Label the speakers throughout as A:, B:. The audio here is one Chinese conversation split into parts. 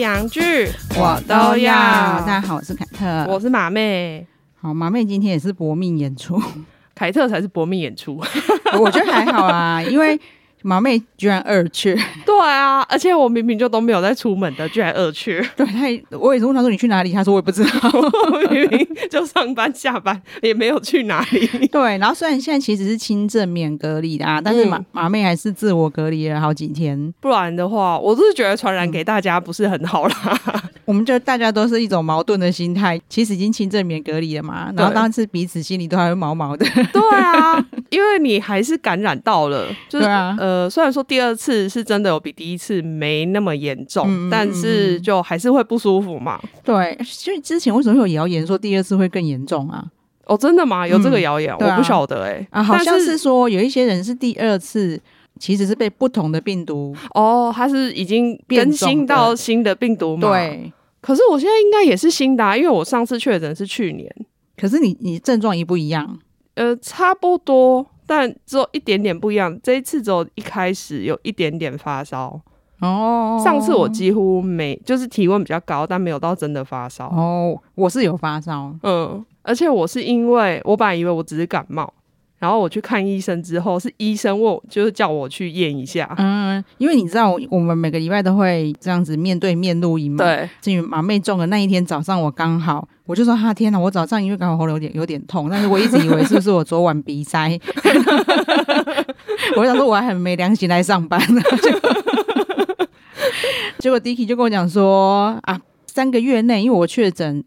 A: 洋剧，
B: 我
A: 都要
B: 大家好，我是凯特。
A: 我是马妹，
B: 好，马妹今天也是搏命演 出，
A: 凯特才是搏命演 出。
B: 我觉得还好 啊，因为马妹居然二缺，
A: 对啊，而且我明明就都没有在出门的，居然二去，
B: 对，她也我也是问她说你去哪里，她说我也不知道。
A: 我明明就上班下班，也没有去哪里。
B: 对，然后虽然现在其实是轻症免隔离的啊，但是马、
A: 嗯
B: 马妹还是自我隔离了好几天。
A: 不然的话，我是觉得传染给大家不是很 好啦。
B: 我们就大家都是一种矛盾的心态，其实已经轻症免隔离了嘛，然后
A: 对
B: 当时彼此心里都还会毛毛 的。
A: 对啊，因为你还是感染到了，就是、
B: 对啊
A: 呃，虽然说第二次是真的有比第一次没那么严重，
B: 嗯嗯
A: 但是就还是会不舒服嘛。
B: 对，所以之前为什么会有谣言说第二次会更严重啊？
A: 哦，真的吗？有这个
B: 嗯
A: 谣言、
B: 对啊
A: 我不晓得哎、
B: 啊，好
A: 但
B: 像是说有一些人是第二次，其实是被不同的病毒。
A: 哦，它是已经更新到新的病毒吗？。
B: 对，
A: 可是我现在应该也是新的、啊，因为我上次确诊是去年，
B: 可是你你症状一不一样？
A: 呃，差不多，但只有一点点不一样。这一次只有一开始有一点点发烧，
B: 哦，
A: 上次我几乎没，就是体温比较高，但没有到真的发烧。
B: 哦，我是有发烧，
A: 嗯，而且我是因为我本来以为我只是感冒，然后我去看医生之后，是医生问我，就是叫我去验一下。
B: 嗯，因为你知道我我们每个礼拜都会这样子面对面录音嘛。。
A: 对，
B: 至于马妹中的那一天早上，我刚好我就说哈、天哪，我早上因为刚好喉咙有点有点痛，但是我一直以为是不是我昨晚鼻塞， 我想说我还很没良心来上班 呢、结果结果 Dicky 就跟我讲说啊，三个月内，因为我确诊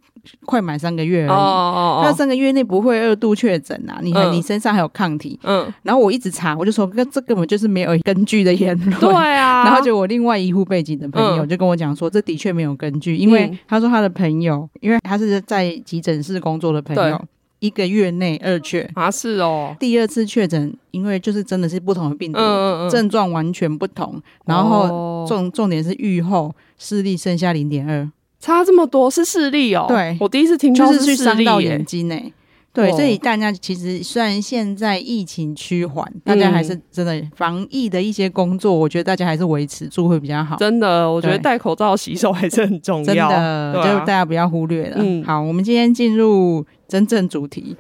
B: 快满三个月而
A: 哦
B: 已，那
A: 哦哦，
B: 三个月内不会二度确诊啊，你还、
A: 嗯
B: 你身上还有抗体，
A: 嗯，
B: 然后我一直查，我就说这这根本就是没有根据的言论，
A: 对 啊，
B: 然后就我另外医护背景的朋友
A: 嗯
B: 就跟我讲说，这的确没有根据，因为
A: 嗯
B: 他说他的朋友，因为他是在急诊室工作的朋
A: 对
B: 友，一个月内二确，
A: 啊是哦，
B: 第二次确诊，因为就是真的是不同的病毒，
A: 嗯嗯嗯，
B: 症状完全不同，然后
A: 哦
B: 重重点是愈后视力剩下零点二，
A: 差这么多是视力哦。
B: 对
A: 我第一次听到
B: 就是去
A: 视
B: 伤
A: 力
B: 到
A: 耶
B: 眼。睛呢、欸对，
A: 哦
B: 所以大家其实虽然现在疫情趋缓，大家还
A: 嗯
B: 是真的防疫的一些工作，我觉得大家还是维持住会比较好。
A: 真的，我觉得
B: 对
A: 戴口罩、洗手还是很重
B: 真
A: 要。
B: 的，
A: 对
B: 就
A: 啊
B: 大家不要忽略了。
A: 嗯
B: 好，我们今天进入真正主题，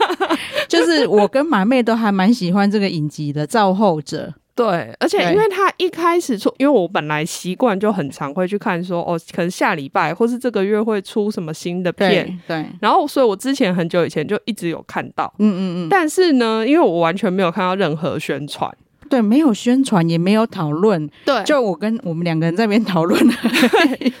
B: 就是我跟马妹都还蛮喜欢这个影集的《造后者
A: 对，而且
B: 对
A: 因为他一开始出，因为我本来习惯就很常会去看说，哦，可能下礼拜或是这个月会出什么新的》 片，
B: 对对，
A: 然后所以我之前很久以前就一直有看到，
B: 嗯嗯
A: 但是呢，因为我完全没有看到任何宣传，
B: 嗯，对，没有宣传，也没有讨论，
A: 对
B: 就我跟我们两个人在那边讨论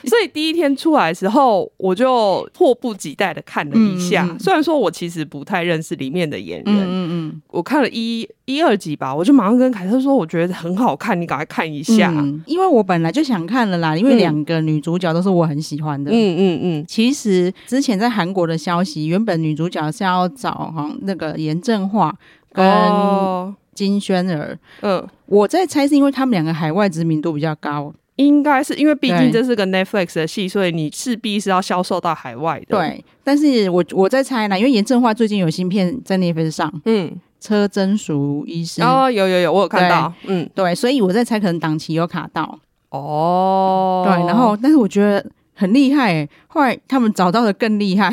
A: 所以第一天出来的时候，我就迫不及待的看了一下。
B: 嗯嗯嗯
A: 虽然说我其实不太认识里面的演员，
B: 嗯嗯
A: 我看了一一二集吧，我就马上跟凯特说，我觉得很好看，你赶快看一
B: 嗯，
A: 下。嗯
B: 嗯因为我本来就想看了啦，因为
A: 嗯
B: 两个女主角都是我很喜欢的。
A: 嗯嗯嗯，
B: 其实之前在韩国的消息，原本女主角是要找好像那个严正化跟
A: 哦
B: 金宣儿，
A: 嗯，
B: 我在猜是因为他们两个海外知名度比较高，
A: 应该是因为毕竟
B: 对
A: 这是个 Netflix 的戏，所以你势必是要销售到海外的。，
B: 对。但是我我在猜啦，因为严正化最近有新片在 Netflix 上，
A: 嗯，
B: 车真淑医师，
A: 哦，有有有，我有看到，嗯，
B: 对，所以我在猜可能档期有卡到，
A: 哦，
B: 对。然后，但是我觉得很厉害、欸，后来他们找到的更厉 害，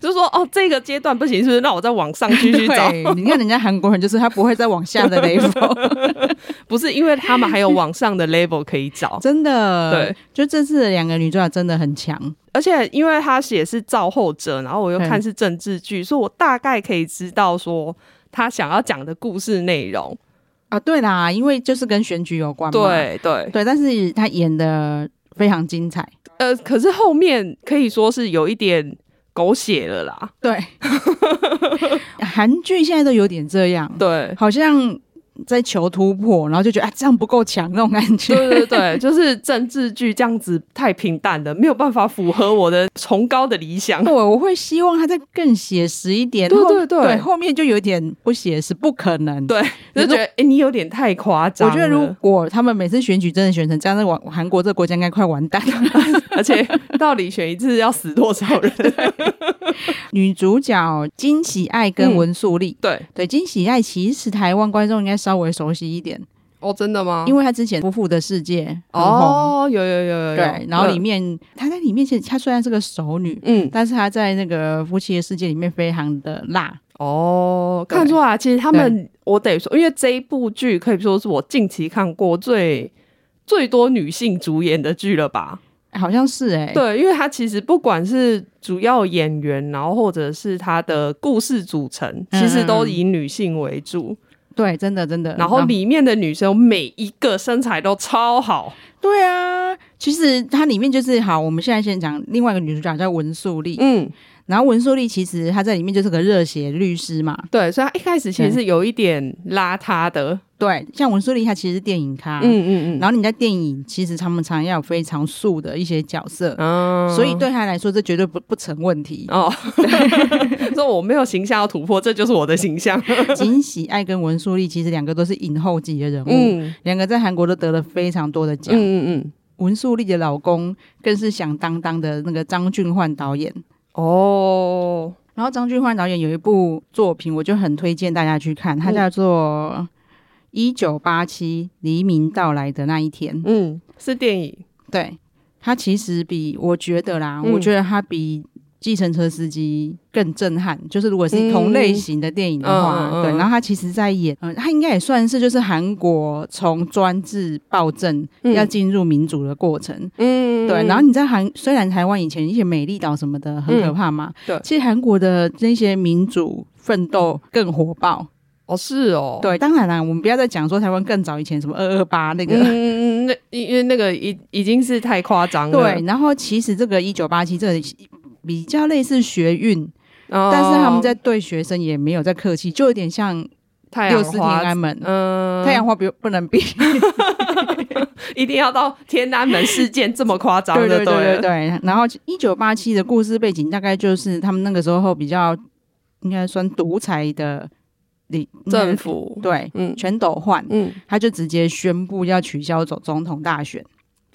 A: 就说哦，这个阶段不行，是不是？那我再往上继续找。
B: 对，你看人家韩国人就是他不会再往下的 level，
A: 不是因为他们还有往上的 level 可以找，
B: 真的，
A: 对，
B: 就这次的两个女主角真的很强，
A: 而且因为他写是造后者，然后我又
B: 嗯
A: 看是政治剧，所以我大概可以知道说他想要讲的故事内容。
B: 啊，对啦，因为就是跟选举有关嘛，
A: 对对，
B: 对，但是她演的非常精彩。
A: 呃，可是后面可以说是有一点狗血了啦。
B: 对，韩剧现在都有点这样，，
A: 对
B: 好像在求突破，然后就觉得啊这样不够强那种感觉。
A: 对对对， 就是政治剧这样子太平淡了，没有办法符合我的崇高的 理想。
B: 对，我会希望他再更写实一点。
A: 对
B: 后
A: 对对
B: 对，后面就有点不写实，不可能。
A: 对，就觉得哎、诶你有点太夸张
B: 我
A: 了。
B: 觉得如果他们每次选举真的选成这样，那我韩国这个国家应该快完蛋 了。
A: 而且到底选一次要死多少 人？
B: 女主角金喜爱跟
A: 嗯
B: 文素丽，
A: 对，
B: 对金喜爱其实台湾观众应该稍微熟悉一点，
A: 哦，真的吗？
B: 因
A: 为
B: 为他之前《夫妇的世界》很红，
A: 哦，有有有有有，
B: 对，然后里
A: 嗯
B: 面她在里面其实她虽然是个熟女，
A: 嗯
B: 但是她在那个夫妻的世界里面非常的辣，
A: 哦，
B: 对
A: 看出来，其实他们我得说，因为这一部剧可以说是我近期看过最最多女性主演的剧了吧？
B: 好像是哎、
A: 对，因为它其实不管是主要演员，然后或者是它的故事组成，其实都以女性为主。
B: 对，真的真的。
A: 然后里面的女生每一个身材都超好，
B: 对啊，其实它里面就是好，我们现在先讲另外一个女主角叫文素丽，
A: 嗯，
B: 然后文素丽其实她在里面就是个热血律师嘛，
A: 对，所以她一开始其实
B: 对
A: 是有一点邋遢的，
B: 对，像文素丽她其实是电影咖，
A: 嗯嗯嗯，
B: 然后你在电影其实他们常要有非常素的一些角色，
A: 嗯
B: 所以对她来说这绝对不不成问 题。
A: 哦，说我没有形象要突破，这就是我的形象。
B: 金喜爱跟文素丽其实两个都是影后级的人物，
A: 嗯
B: 两个在韩国都得了非常多的
A: 嗯
B: 奖。
A: 嗯嗯，
B: 文素丽的老公更是响当当的那个张俊焕导演。
A: 哦，
B: 然后张俊焕导演有一部作品，我就很推荐大家去看，它
A: 嗯
B: 叫做《一九八七黎明到来的那一天》。
A: 嗯，是电影
B: 对，它其实比我觉得啦，
A: 嗯
B: 我觉得它比《计程车司机》更震撼。就是如果是同类型的电影的话，
A: 嗯嗯嗯
B: 对，
A: 嗯
B: 然后它其实在演，嗯、它应该也算是就是韩国从专制暴政
A: 嗯
B: 要进入民主的过程。
A: 嗯
B: 对，然后你在韩，虽然台湾以前一些美丽岛什么的很可怕嘛，
A: 嗯对嗯
B: 其实韩国的那些民主奋斗更火爆。
A: 哦是哦，
B: 对，当然啦，我们不要再讲说台湾更早以前什么二二八那个，
A: 嗯，嗯嗯，那因为那个已已经是太夸张了，
B: 对，，然后其实这个一九八七这个比较类似学运，
A: 哦、
B: 但是他们在对学生也没有在客气，就有点像
A: 太
B: 六
A: 阳
B: 四天安
A: 花，
B: 门。
A: 嗯，
B: 太阳花不不能比，
A: 一定要到天安门事件这么夸张
B: 对
A: 的，
B: 对对对对。 然后一九八七的故事背景大概就是他们那个时候比较应该算独裁的领
A: 政，府，
B: 对
A: 嗯
B: 全斗焕，
A: 嗯，
B: 他就直接宣布要取消总总统大选，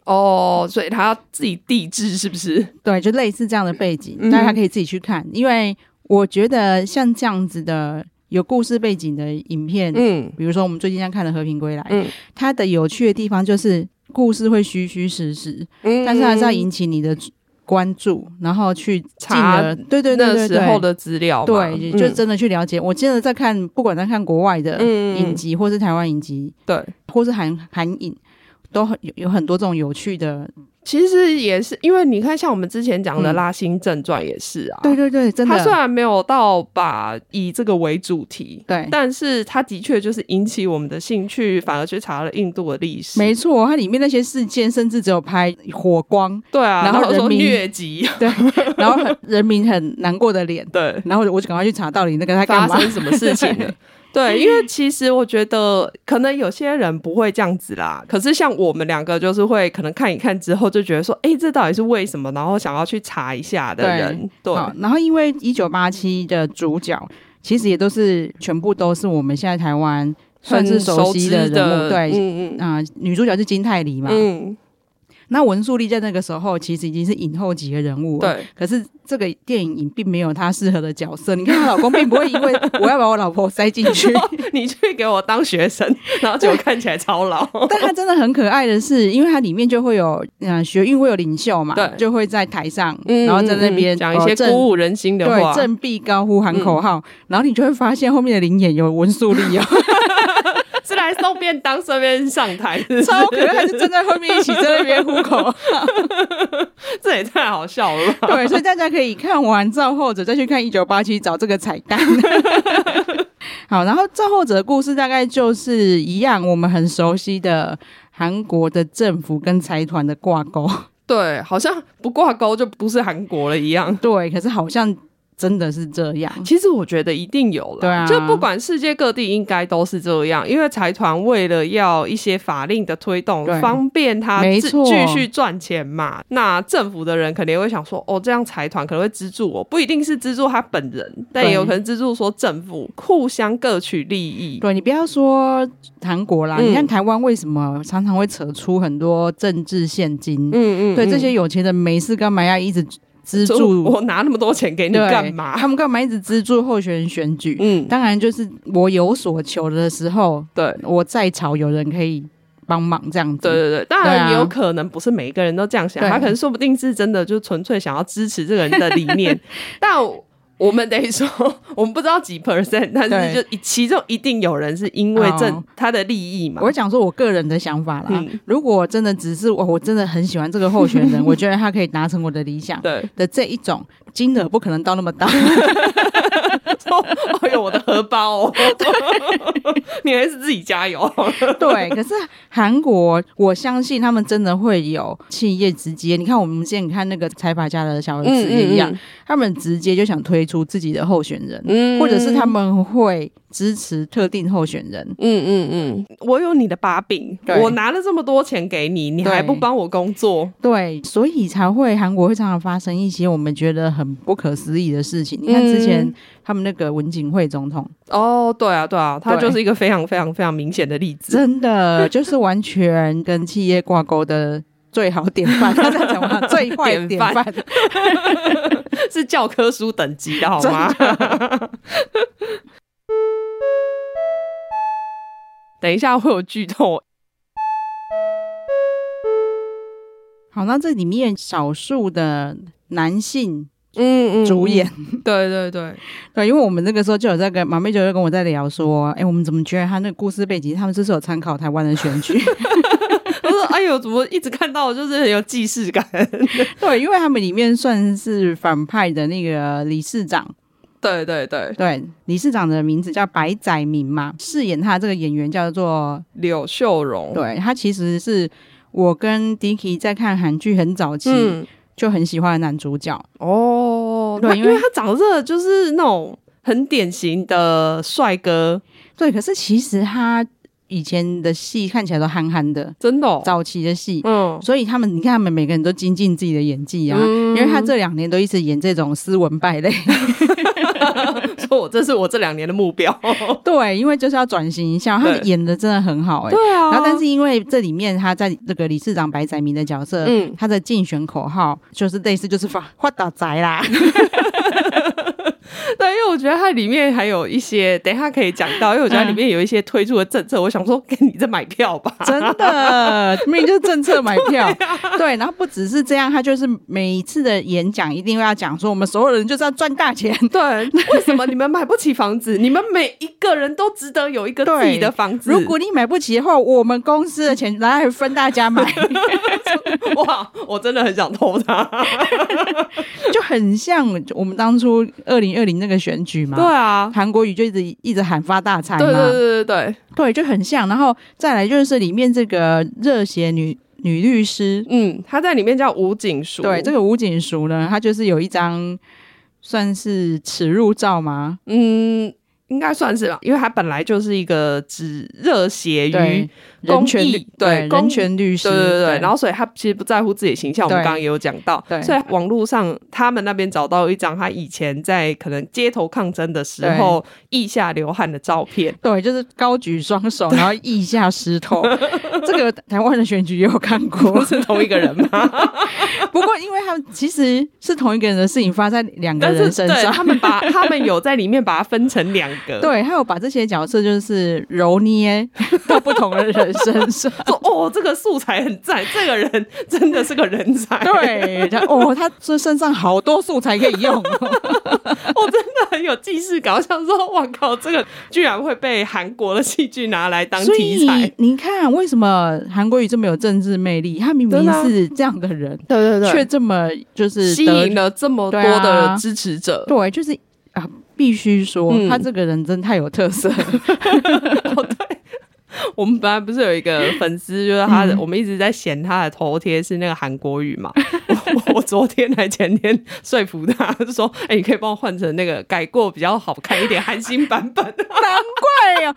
A: 哦，所以他要自己地质是不是？
B: 对，就类似这样的背景，
A: 嗯
B: 大家可以自己去看，因为我觉得像这样子的有故事背景的影片，
A: 嗯
B: 比如说我们最近在看的《和平归来》，
A: 嗯
B: 它的有趣的地方就是故事会虚虚实实，
A: 嗯
B: 但是还是要引起你的关注，然后去进
A: 查
B: 而对对对
A: 那
B: 对
A: 时候
B: 对。
A: 的资料嘛，
B: 对，
A: 嗯
B: 就真的去了解。我记得在看，不管在看国外的
A: 嗯嗯嗯
B: 影集，或是台湾影集，
A: 对。
B: 或是韩韩影，都很有有很多这种有趣的。
A: 其实也是，因为你看，像我们之前讲的《
B: 嗯
A: 拉辛正传》也是啊，
B: 对对对，真
A: 他虽
B: 的。
A: 然没有到把以这个为主题，
B: 对，
A: 但是他的确就是引起我们的兴趣，反而去查了印度的历史。
B: 没错，它里面那些事件，甚至只有拍火光，
A: 对啊，
B: 然
A: 然
B: 后
A: 后
B: 人
A: 说
B: 民
A: 疟 疾，
B: 对，然后很人民很难过的脸，
A: 对，
B: 然后我就赶快去查到底那个他
A: 发
B: 干嘛。
A: 生什么事情 了？对，因为其实我觉得可能有些人不会这样子啦，可是像我们两个就是会可能看一看之后就觉得说，哎，这到底是为什么？然后想要去查一下的
B: 对
A: 人，对，
B: 好，然后因为一九八七的主角其实也都是全部都是我们现在台湾算是
A: 很
B: 熟悉的
A: 知
B: 人物，对，
A: 嗯嗯
B: 啊、女主角是金泰梨嘛，
A: 嗯，
B: 那文素丽在那个时候其实已经是影后级的人物了。
A: 对，
B: 可是这个电影并没有她适合的角色，你看她老公并不会因 为我要把我老婆塞进去，
A: 哦你去给我当学生，然后结果看起来超老。
B: 但她真的很可爱的是，因为它里面就会有，嗯、学运会有领袖嘛
A: 对，
B: 就会在台上，然后在那边
A: 嗯嗯讲一
B: 呃
A: 些
B: 正
A: 鼓舞人心的话嗯
B: 对，，振臂高呼喊口号，然后你就会发现后面的灵眼有文素丽 哦，
A: 是来送便当，顺便上台，是不是
B: 超可爱，就站在后面一起在那边呼口。
A: 这也太好笑了吧？
B: 对，所以大家可以看完《造后者》再去看《一九八七》找这个彩 蛋。好，然后《造后者》的故事大概就是一样，我们很熟悉的韩国的政府跟财团的挂 钩。
A: 对，好像不挂钩就不是韩国了一样。
B: 对，可是好像真的是这样。
A: 其实我觉得一定有了，
B: 对啊
A: 就不管世界各地应该都是这样，因为财团为了要一些法令的推动
B: 对，
A: 方便他
B: 没
A: 自
B: 错
A: 继续赚钱嘛。那政府的人肯定会想说，哦，这样财团可能会资助我，不一定是资助他本人，但也有可能资助说政府，互相各取利益。
B: 对你不要说韩国啦，
A: 嗯
B: 你看台湾为什么常常会扯出很多政治现金？
A: 嗯嗯
B: 对这些有钱人没事干嘛要一直资
A: 说
B: 助，
A: 我拿那么多钱给你
B: 对
A: 干嘛？
B: 他们干嘛一直资助候选人选举？
A: 嗯，
B: 当然，就是我有所求的时候，
A: 对。
B: 我在朝有人可以帮忙这样子。
A: 对对对，当
B: 对
A: 然
B: 啊
A: 也有可能不是每一个人都这样想，
B: 对
A: 他可能说不定是真的就纯粹想要支持这个人的理 念，但我们得说，我们不知道几 percent，但是
B: 对
A: 就其中一定有人是因为正、
B: 哦
A: 他的利益嘛
B: 我，会讲说我个人的想法啦。
A: 嗯
B: 如果真的只是我，我真的很喜欢这个候选 人，我觉得他可以达成我的理想
A: 对，
B: 的这一种金额，不可能到那么大。
A: 哦哎呦我的荷包哦， 你还是自己加油，
B: 对，可是韩国，我相信他们真的会有企业直接，你看我们之前看那个财阀家的小儿子也一样，他们直接就想推出自己的候选人，
A: 嗯
B: 或者是他。们会支持特定候选人。
A: 嗯嗯嗯，我有你的把柄，
B: 对
A: 我拿了这么多钱给你，你还
B: 对
A: 不帮我工作？
B: 对，所以才会韩国会常常发生一些我们觉得很不可思议的事情。你看之前
A: 嗯
B: 他们那个文景惠总统，
A: 哦，对啊，对啊，他
B: 对
A: 就是一个非常非常非常明显的例子。
B: 真的就是完全跟企业挂钩的最好典范，他在讲嘛，最坏典
A: 典范
B: 范。
A: 是教科书等级的好吗？等一下会有剧透，
B: 好，那这里面少数的男性
A: 嗯
B: 主演，，
A: 对对对，
B: 对，因为我们那个时候就有在跟马妹就有跟我在聊说，哎、我们怎么觉得他那个故事背景，他们就是有参考台湾的选举，
A: 我说哎呦，怎么一直看到就是很有既视感？
B: 对，因为他们里面算是反派的那个理事长，
A: 对对对，
B: 对，理事长的名字叫白载明嘛，饰演他这个演员叫做，
A: 柳秀荣，
B: 对他其实是我跟 Dicky 在看韩剧很早期、
A: 嗯，
B: 就很喜欢的男主角，
A: 哦，
B: 对
A: 那
B: 因
A: 因
B: 为
A: 为他长得就是那种很典型的帅哥，
B: 对，可是其实他以前的戏看起来都憨憨的，
A: 真的哦，
B: 早期的戏，
A: 嗯，
B: 所以他们，你看他们每个人都精进自己的演技啊，因为他这两年都一直演这种斯文败类，
A: 说我这是我这两年的 目标，
B: 对，因为就是要转型一下，他
A: 对
B: 演的真的很好哎、
A: 对啊
B: 然后，但是因为这里面他在这个理事长白载明的角色，
A: 嗯，
B: 他的竞选口号就是类似就是发发大宅 啦，
A: 对，因为我觉得它里面还有一些，等一下可以讲到，因为我觉
B: 嗯
A: 得它里面有一些推出的政策，我想说给你这买票吧。
B: 真的，明明就是政策买 票，
A: 啊
B: 对。然后不只是这样，他就是每一次的演讲一定要讲说，我们所有人就是要赚大钱，
A: 对， 为什么你们买不起房子？你们每一个人都值得有一个自己的房子。
B: 如果你买不起的话，我们公司的钱拿来分大家 买。
A: 哇，我真的很想偷他。
B: 就很像我们当初二零二零那个选举嘛。
A: 对啊，
B: 韩国语就一直一直喊发大财嘛，
A: 对对对对对，
B: 对就很像。然后再来就是里面这个热血女女律师，
A: 嗯，他在里面叫吴景书。
B: 对这
A: 个，
B: 个吴景淑呢，她就是有一张算是耻辱照吗？
A: 嗯，应该算是吧，因为他本来就是一个只热血于
B: 对，人
A: 公
B: 权
A: 益
B: 律
A: 对公
B: 人权律师，
A: 对对对，然后所以他其实不在乎自己的形象，我们
B: 对
A: 刚刚也有讲到。
B: 对
A: 所以网络上他们那边找到一张他以前在可能街头抗争的时候腋下流汗的照片。
B: 对，就是高举双手， 然后腋下湿透。这个台湾的选举也有看过
A: 不，是同一个人 吗？
B: 不过因为他们其实是同一个人的事情发在两个
A: 但
B: 人
A: 是
B: 身
A: 对
B: 上，
A: 他们把他们有在里面把它分成两个，，
B: 对，还有把这些角色就是揉捏到不同的人身上。
A: 说哦，这个素材很赞，这个人真的是个人 才，
B: 对，然后哦，他这身上好多素材可以用、哦。
A: 我真的很有既视感。我想说，哇靠，这个居然会被韩国的戏剧拿来 当
B: 所
A: 题材
B: 以，你看，为什么韩国瑜这么有政治魅力？他明
A: 真
B: 明
A: 的啊
B: 是这样的人，
A: 对对
B: 却这么就是
A: 吸
B: 得
A: 引了这么多
B: 对啊
A: 的支持者，
B: 对，就是啊，必须说、
A: 嗯
B: 他这个人真太有特色了。
A: 我们本来不是有一个粉丝，就是他的，
B: 嗯
A: 我们一直在嫌他的头贴是那个韩国语 嘛。我我昨天还前天说服他，就说：“哎、你可以帮我换成那个改过比较好看一点韩星版本。
B: 怪呀、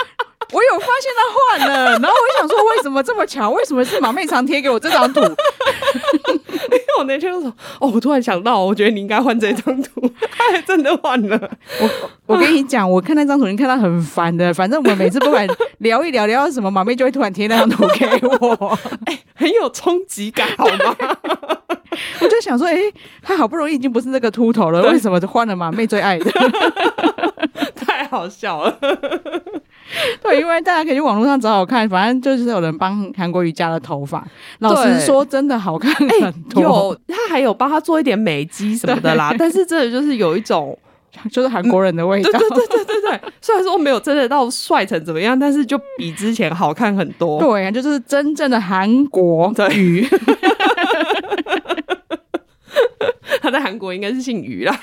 B: 我有发现他换了，然后我想说，为什么这么巧？为什么是马妹常贴给我这张图？”
A: 因为我那天就说：“哦，我突然想到，我觉得你应该换这张图。” 他还真的换了。
B: 我跟你讲，我看那张图已经看到很烦的。反正我们每次不管聊一聊聊到什么，马妹就会突然贴那张图给我。
A: 很有冲击感，好吗？
B: 我就想说，哎、他好不容易已经不是那个秃头了，为什么换了马妹最 爱的？
A: 太好笑 了。
B: 对，因为大家可以去网络上找找看，反正就是有人帮韩国瑜加了头发。老实
A: 对
B: 说，真的好看
A: 哎、
B: 很多，
A: 有他还有帮他做一点美肌什么的啦，但是真的就是有一种，
B: 就是韩国人的味
A: 对
B: 道。
A: 对对对对 对，虽然说没有真的到帅成怎么样，但是就比之前好看很多。
B: 对啊，就是真正的韩 国语。
A: 他在韩国应该是姓于啦，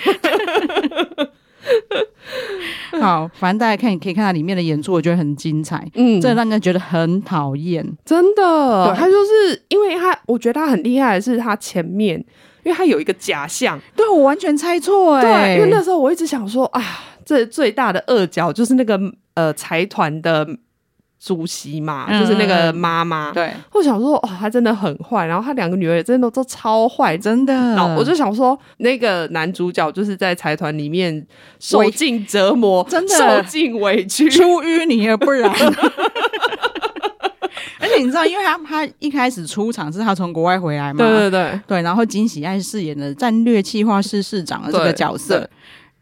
B: 好，反正大家看，可以看它里面的演出，我觉得很精彩，
A: 嗯
B: 真的让人家觉得很讨厌。
A: 真的，
B: 对
A: 他就是因为他，我觉得他很厉害的是他前面，因为他有一个假象，
B: 对我完全猜错哎、
A: 对，因为那时候我一直想说啊，这最大的恶角就是那个呃财团的主席嘛，
B: 嗯
A: 就是那个妈妈。
B: 对，
A: 我想说，哦，他真的很坏，然后他两个女儿也真的都超坏，
B: 真的，
A: 然后我就想说，那个男主角就是在财团里面受
B: 委
A: 尽折磨，
B: 真的
A: 受尽委 屈，
B: 出淤泥而不染。 而且你知道，因为他他一开始出场是他从国外回来嘛，
A: 对对对，
B: 对，然后金喜爱饰演的战略企划室室长的这个
A: 对
B: 角色
A: 对，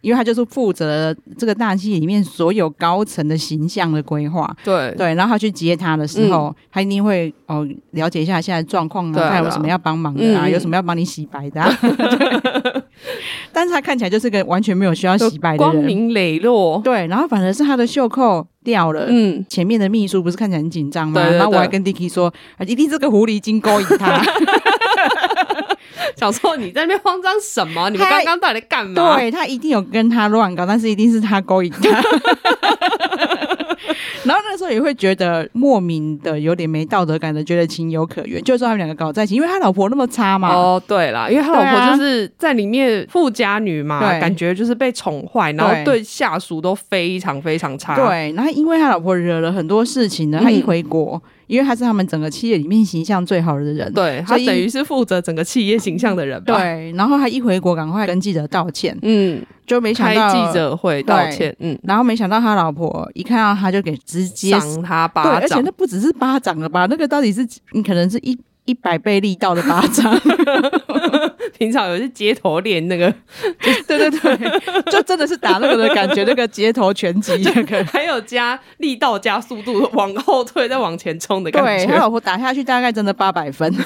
B: 因为他就是负责这个大戏里面所有高层的形象的规划。
A: 对嗯
B: 对，然后他去接他的时候，他一定会哦了解一下现在状况
A: 对
B: 啊，
A: 啊
B: 看有什么要帮忙的啊，
A: 嗯嗯
B: 有什么要帮你洗白 的、啊。对但是他看起来就是个完全没有需要洗白的
A: 光
B: 人。
A: 明磊落，
B: 对，然后反而是他的袖扣掉了。
A: 嗯，
B: 前面的秘书不是看起来很紧张吗？
A: 对对对
B: 然后我还跟 Dicky 说，啊一定这个狐狸精勾引 他。
A: 想说你在那边慌张什么？你们
B: 他
A: 刚刚到底在干嘛？
B: 对他一定有跟他乱搞，但是一定是他勾引他。 然后那时候也会觉得莫名的有点没道德感的，觉得情有可原，就说他们两个搞在一起，因为他老婆那么差嘛。
A: 哦，对啦，因为他老
B: 对啊
A: 婆就是在里面富家女嘛，
B: 对
A: 感觉就是被宠坏，然后
B: 对
A: 对下属都非常非常差。，
B: 对，然后因为他老婆惹了很多事情呢，他
A: 嗯
B: 一回国，因为他是他们整个企业里面形象最好的人，
A: 对
B: 所
A: 他
B: 以
A: 等于是负责整个企业形象的人吧？，
B: 对，然后他一回国赶快跟记者道歉，
A: 嗯，
B: 就没想
A: 开
B: 到
A: 记，者会道歉，嗯，
B: 然后没想到他老婆一看到他就给直接
A: 赏他
B: 对，
A: 巴
B: 而且
A: 掌
B: 那。不只是巴掌了吧？那个到底是你可能是一一百倍力道的巴掌，
A: 平常有些街头练那个，
B: 对对对，就真的是打那个的感觉，那个街头拳击那个。
A: 还有加力道加速度往后退再往前冲的感
B: 对他
A: 觉。
B: 老婆打下去大概真的八百分，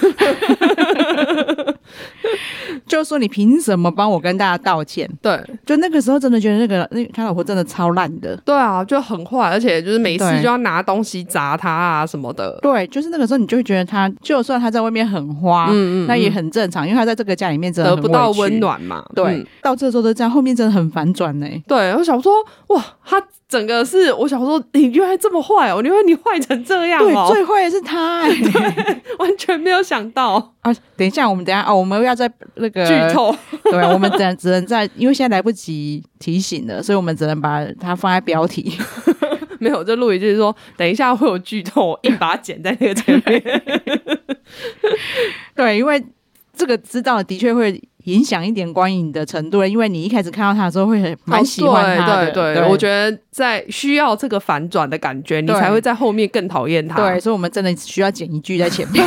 B: 就说你凭什么帮我跟大家道歉？
A: 对
B: 就那个时候真的觉得那个那他老婆真的超烂的，
A: 对啊，就很坏，而且就是每次
B: 对
A: 就要拿东西砸他啊什么的。
B: 对，就是那个时候你就会觉得他就算他在外面很花，
A: 嗯嗯，
B: 那也
A: 嗯
B: 很正常，因为他在这个家里面真的
A: 得
B: 很
A: 不到
B: 委屈
A: 温。暖嘛。
B: 对，
A: 嗯
B: 到这时候都这样，后面真的很反转呢、
A: 对，我想说，哇，他整个是，我想说，你原来这么坏哦，原来你坏成这样
B: 对，
A: 哦，
B: 最坏的是他、 欸。
A: 完全没有想到，
B: 啊，等一下，我们等一下哦，我们要在那个
A: 剧，透，
B: 对，我们只能只能在，因为现在来不及提醒了，所以我们只能把它放在标 题。
A: 没有，就录一句说，等一下会有剧透，硬把它剪在那个前面，
B: 对，因为这个知道的确会影响一点观影的程度，因为你一开始看到他的时候会很蛮喜欢他的，
A: 哦对对对，我觉得在需要这个反转的感觉，你
B: 对
A: 才会在后面更讨厌他。
B: 对，所以我们真的需要剪一句在前 面。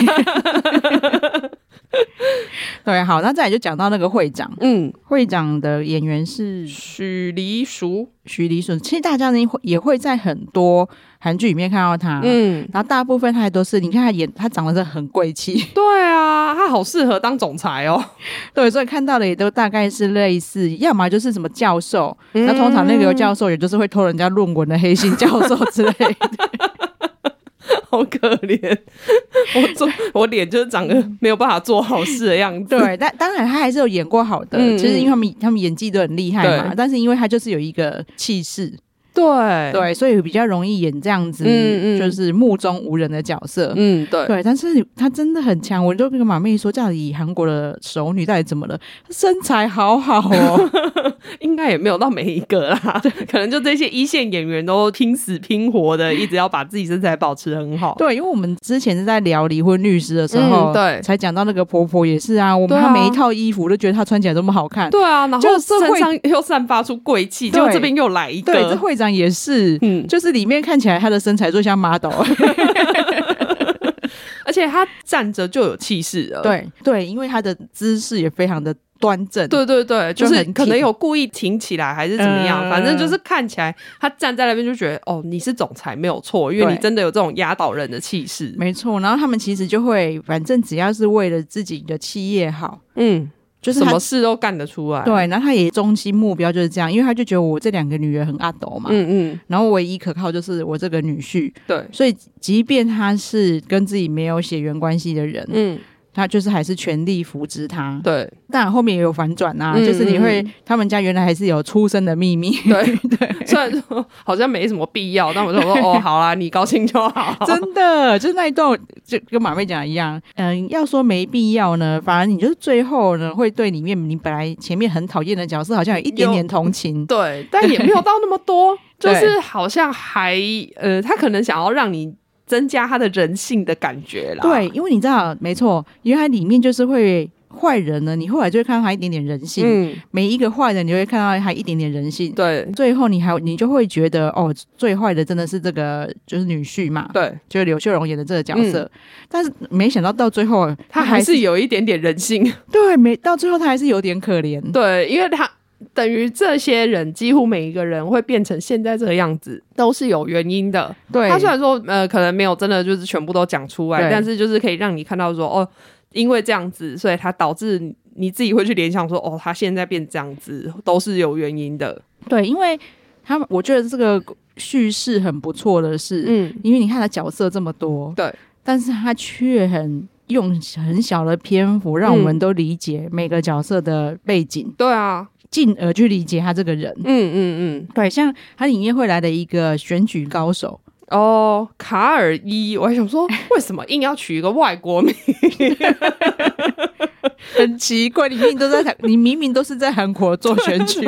B: 对，好，那再来就讲到那个会长，
A: 嗯，
B: 会长的演员是
A: 许黎淑，
B: 徐黎顺，其实大家呢会也会在很多韩剧里面看到他，
A: 嗯，
B: 然后大部分他也都是，你看他演，他长得是很贵气，
A: 对啊，他好适合当总裁哦。
B: 对，所以看到的也都大概是类似，要么就是什么教授，那通常那个
A: 嗯
B: 教授也就是会偷人家论文的黑心教授之类的，
A: 好可怜，我做我脸就是长得没有办法做好事的样子。
B: 对，但当然他还是有演过好的，
A: 嗯
B: 其实因为他们他们演技都很厉害嘛
A: 对，
B: 但是因为他就是有一个气势，
A: 对
B: 对，所以比较容易演这样子，
A: 嗯嗯
B: 就是目中无人的角色。
A: 嗯，对，
B: 对，但是他真的很强，我就跟马妹说，这样以韩国的熟女到底怎么了？她身材好好哦，
A: 应该也没有到每一个啦， 可能就这些一线演员都拼死拼活的，一直要把自己身材保持得很好。
B: 对，因为我们之前是在聊离婚律师的时候，
A: 嗯对
B: 才讲到那个婆婆也是啊，我们
A: 对啊
B: 她每一套衣服都觉得她穿起来多么好看。
A: 对啊，然
B: 就
A: 后
B: 社会
A: 身上又散发出贵气，
B: 对
A: 结果这边又来一
B: 对，这
A: 个，
B: 会长也是，
A: 嗯，
B: 就是里面看起来她的身材最像 model，
A: 而且他站着就有气势了。
B: 对对，因为他的姿势也非常的端正，
A: 对对对，就
B: 就是很
A: 可能
B: 挺
A: 有故意挺起来还是怎么样，
B: 嗯
A: 反正就是看起来他站在那边就觉得哦，你是总裁没有错，因为你
B: 对
A: 真的有这种压倒人的气势。
B: 没错。然后他们其实就会，反正只要是为了自己的企业好，
A: 嗯，
B: 就是
A: 什
B: 他
A: 么事都干得出来。，
B: 对，然后他也中心目标就是这样，因为他就觉得我这两个女儿很阿斗嘛，
A: 嗯嗯，
B: 然后唯一可靠就是我这个女婿，
A: 对，
B: 所以即便他是跟自己没有血缘关系的人，
A: 嗯
B: 他就是还是全力扶植他。
A: 对
B: 但后面也有反转啊，
A: 嗯
B: 就是你会、
A: 嗯
B: 他们家原来还是有出生的秘密，
A: 对对，虽然说好像没什么必要，但我就说哦，好啦，你高兴就好。
B: 真的，就是那一段我就跟马妹讲的一样，嗯，要说没必要呢，反而你就是最后呢会对里面你本来前面很讨厌的角色，好像有一点点同情。
A: 对，但也没有到那么多，就
B: 对
A: 是好像还呃，他可能想要让你增加他的人性的感觉啦。
B: 对，因为你知道，没错，因为它里面就是会坏人呢，你后来就会看到他一点点人性，
A: 嗯，
B: 每一个坏人你就会看到他一点点人性。
A: 对
B: 最后你还你就会觉得哦，最坏的真的是这个就是女婿嘛，
A: 对，嗯
B: 就是刘秀荣演的这个角色。但是没想到到最后
A: 他还是有一点点人性。
B: 对，没到最后他还是有点可怜。
A: 对，因为他等于这些人几乎每一个人会变成现在这个样子，都是有原因的。
B: 对，
A: 他虽然说呃，可能没有真的就是全部都讲出来，
B: 对
A: 但是就是可以让你看到说哦，因为这样子，所以他导致你你自己会去联想说哦，他现在变这样子都是有原因的。
B: 对，因为他们我觉得这个叙事很不错的是，
A: 嗯，
B: 因为你看他角色这么多，
A: 对，
B: 但是他却很用很小的篇幅让我们都理解每个角色的背景，
A: 对啊，
B: 进而去理解他这个人。
A: 嗯嗯
B: 对，像他里面会来的一个选举高手，
A: 嗯，哦，卡尔伊，我还想说为什么硬要取一个外国名？
B: 很奇怪，你明明都在韩， 你明明都是在韩国做选 举，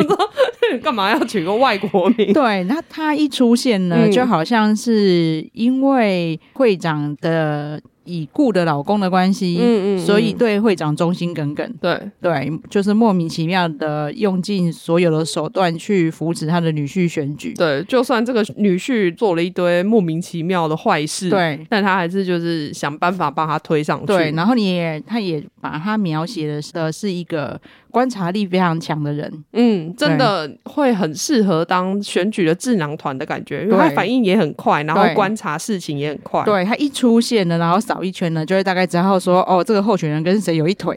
A: 干嘛要取个外国名？
B: 对，那他一出现呢，
A: 嗯
B: 就好像是因为会长的已故的老公的关系，
A: 嗯嗯嗯
B: 所以对会长忠心耿耿，
A: 对，
B: 对，就是莫名其妙的用尽所有的手段去扶持他的女婿选举，
A: 对，就算这个女婿做了一堆莫名其妙的坏事，，
B: 对
A: 但他还是就是想办法帮他推上去。
B: 对，然后你也他也把他描写的是的是一个观察力非常强的人，
A: 嗯，真的会很适合当选举的智囊团的感觉，因为他
B: 对
A: 反应也很快，然后
B: 对
A: 观察事情也很快。
B: 对他一出现呢，然后扫一圈呢，就会大概知道说，哦，这个候选人跟谁有一 腿，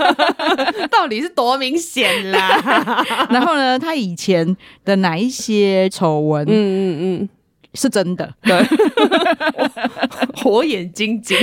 A: 到底是多明显 啦？
B: 然后呢，他以前的哪一些丑闻，
A: 嗯嗯
B: 是真的，
A: 嗯，火眼金睛。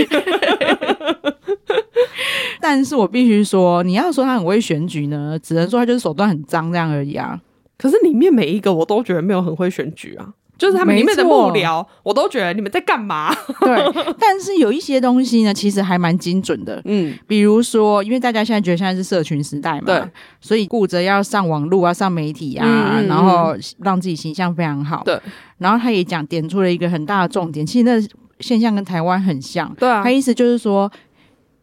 B: 但是我必须说，你要说他很会选举呢，只能说他就是手段很脏这样而已啊。
A: 可是里面每一个我都觉得没有很会选举啊，就是他们里面的
B: 没错
A: 幕僚，我都觉得你们在干嘛？
B: 对，但是有一些东西呢，其实还蛮精准的。
A: 嗯，
B: 比如说，因为大家现在觉得现在是社群时代嘛，
A: 对，
B: 所以顾着要上网络啊、上媒体啊，
A: 嗯嗯嗯
B: 然后让自己形象非常好。
A: 对，
B: 然后他也讲点出了一个很大的重点，其实那现象跟台湾很像。
A: 对啊
B: 他，意思就是说，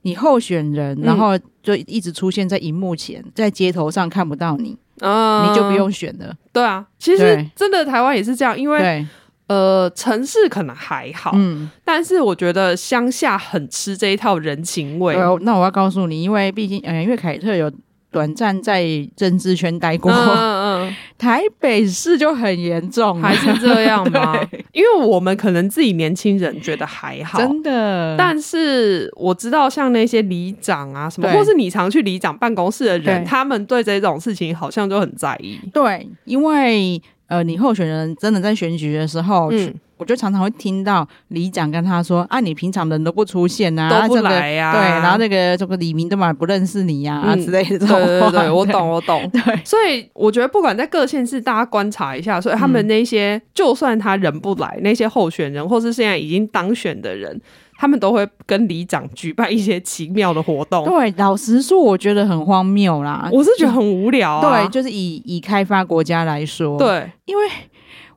B: 你候选人，
A: 嗯
B: 然后就一直出现在荧幕前，在街头上看不到你，
A: 嗯
B: 你就不用选了。
A: 对啊。其实
B: 对
A: 真的台湾也是这样，因为
B: 对，
A: 呃城市可能还好，
B: 嗯，
A: 但是我觉得乡下很吃这一套人情味。
B: 对，啊那我要告诉你，因为毕竟，呃，因为凯特有短暂在政治圈待过，
A: 嗯嗯
B: 台北市就很严重
A: 嗯，
B: 了，
A: 还是这 样吗？因为我们可能自己年轻人觉得还好，
B: 真的，
A: 但是我知道像那些里长啊什么，
B: 对
A: 或是你常去里长办公室的人，
B: 对
A: 他们对这种事情好像就很在意。
B: 对，因为呃，你候选人真的在选举的时候，
A: 嗯
B: 我就常常会听到里长跟他说：“啊，你平常人都不出现啊，
A: 都不
B: 这个
A: 来啊
B: 对，然后那个这个李明都嘛不认识你呀、啊
A: 嗯
B: 之类的这
A: 对
B: 种
A: 对
B: 话。
A: 对，我懂我懂。
B: 对
A: 所以我觉得，不管在各县市，大家观察一下，所以他们那些、就算他人不来，那些候选人或是现在已经当选的人，他们都会跟里长举办一些奇妙的活动。
B: 对，老实说，我觉得很荒谬啦。
A: 我是觉得很无聊啊。
B: 对，就是以以开发国家来说，
A: 对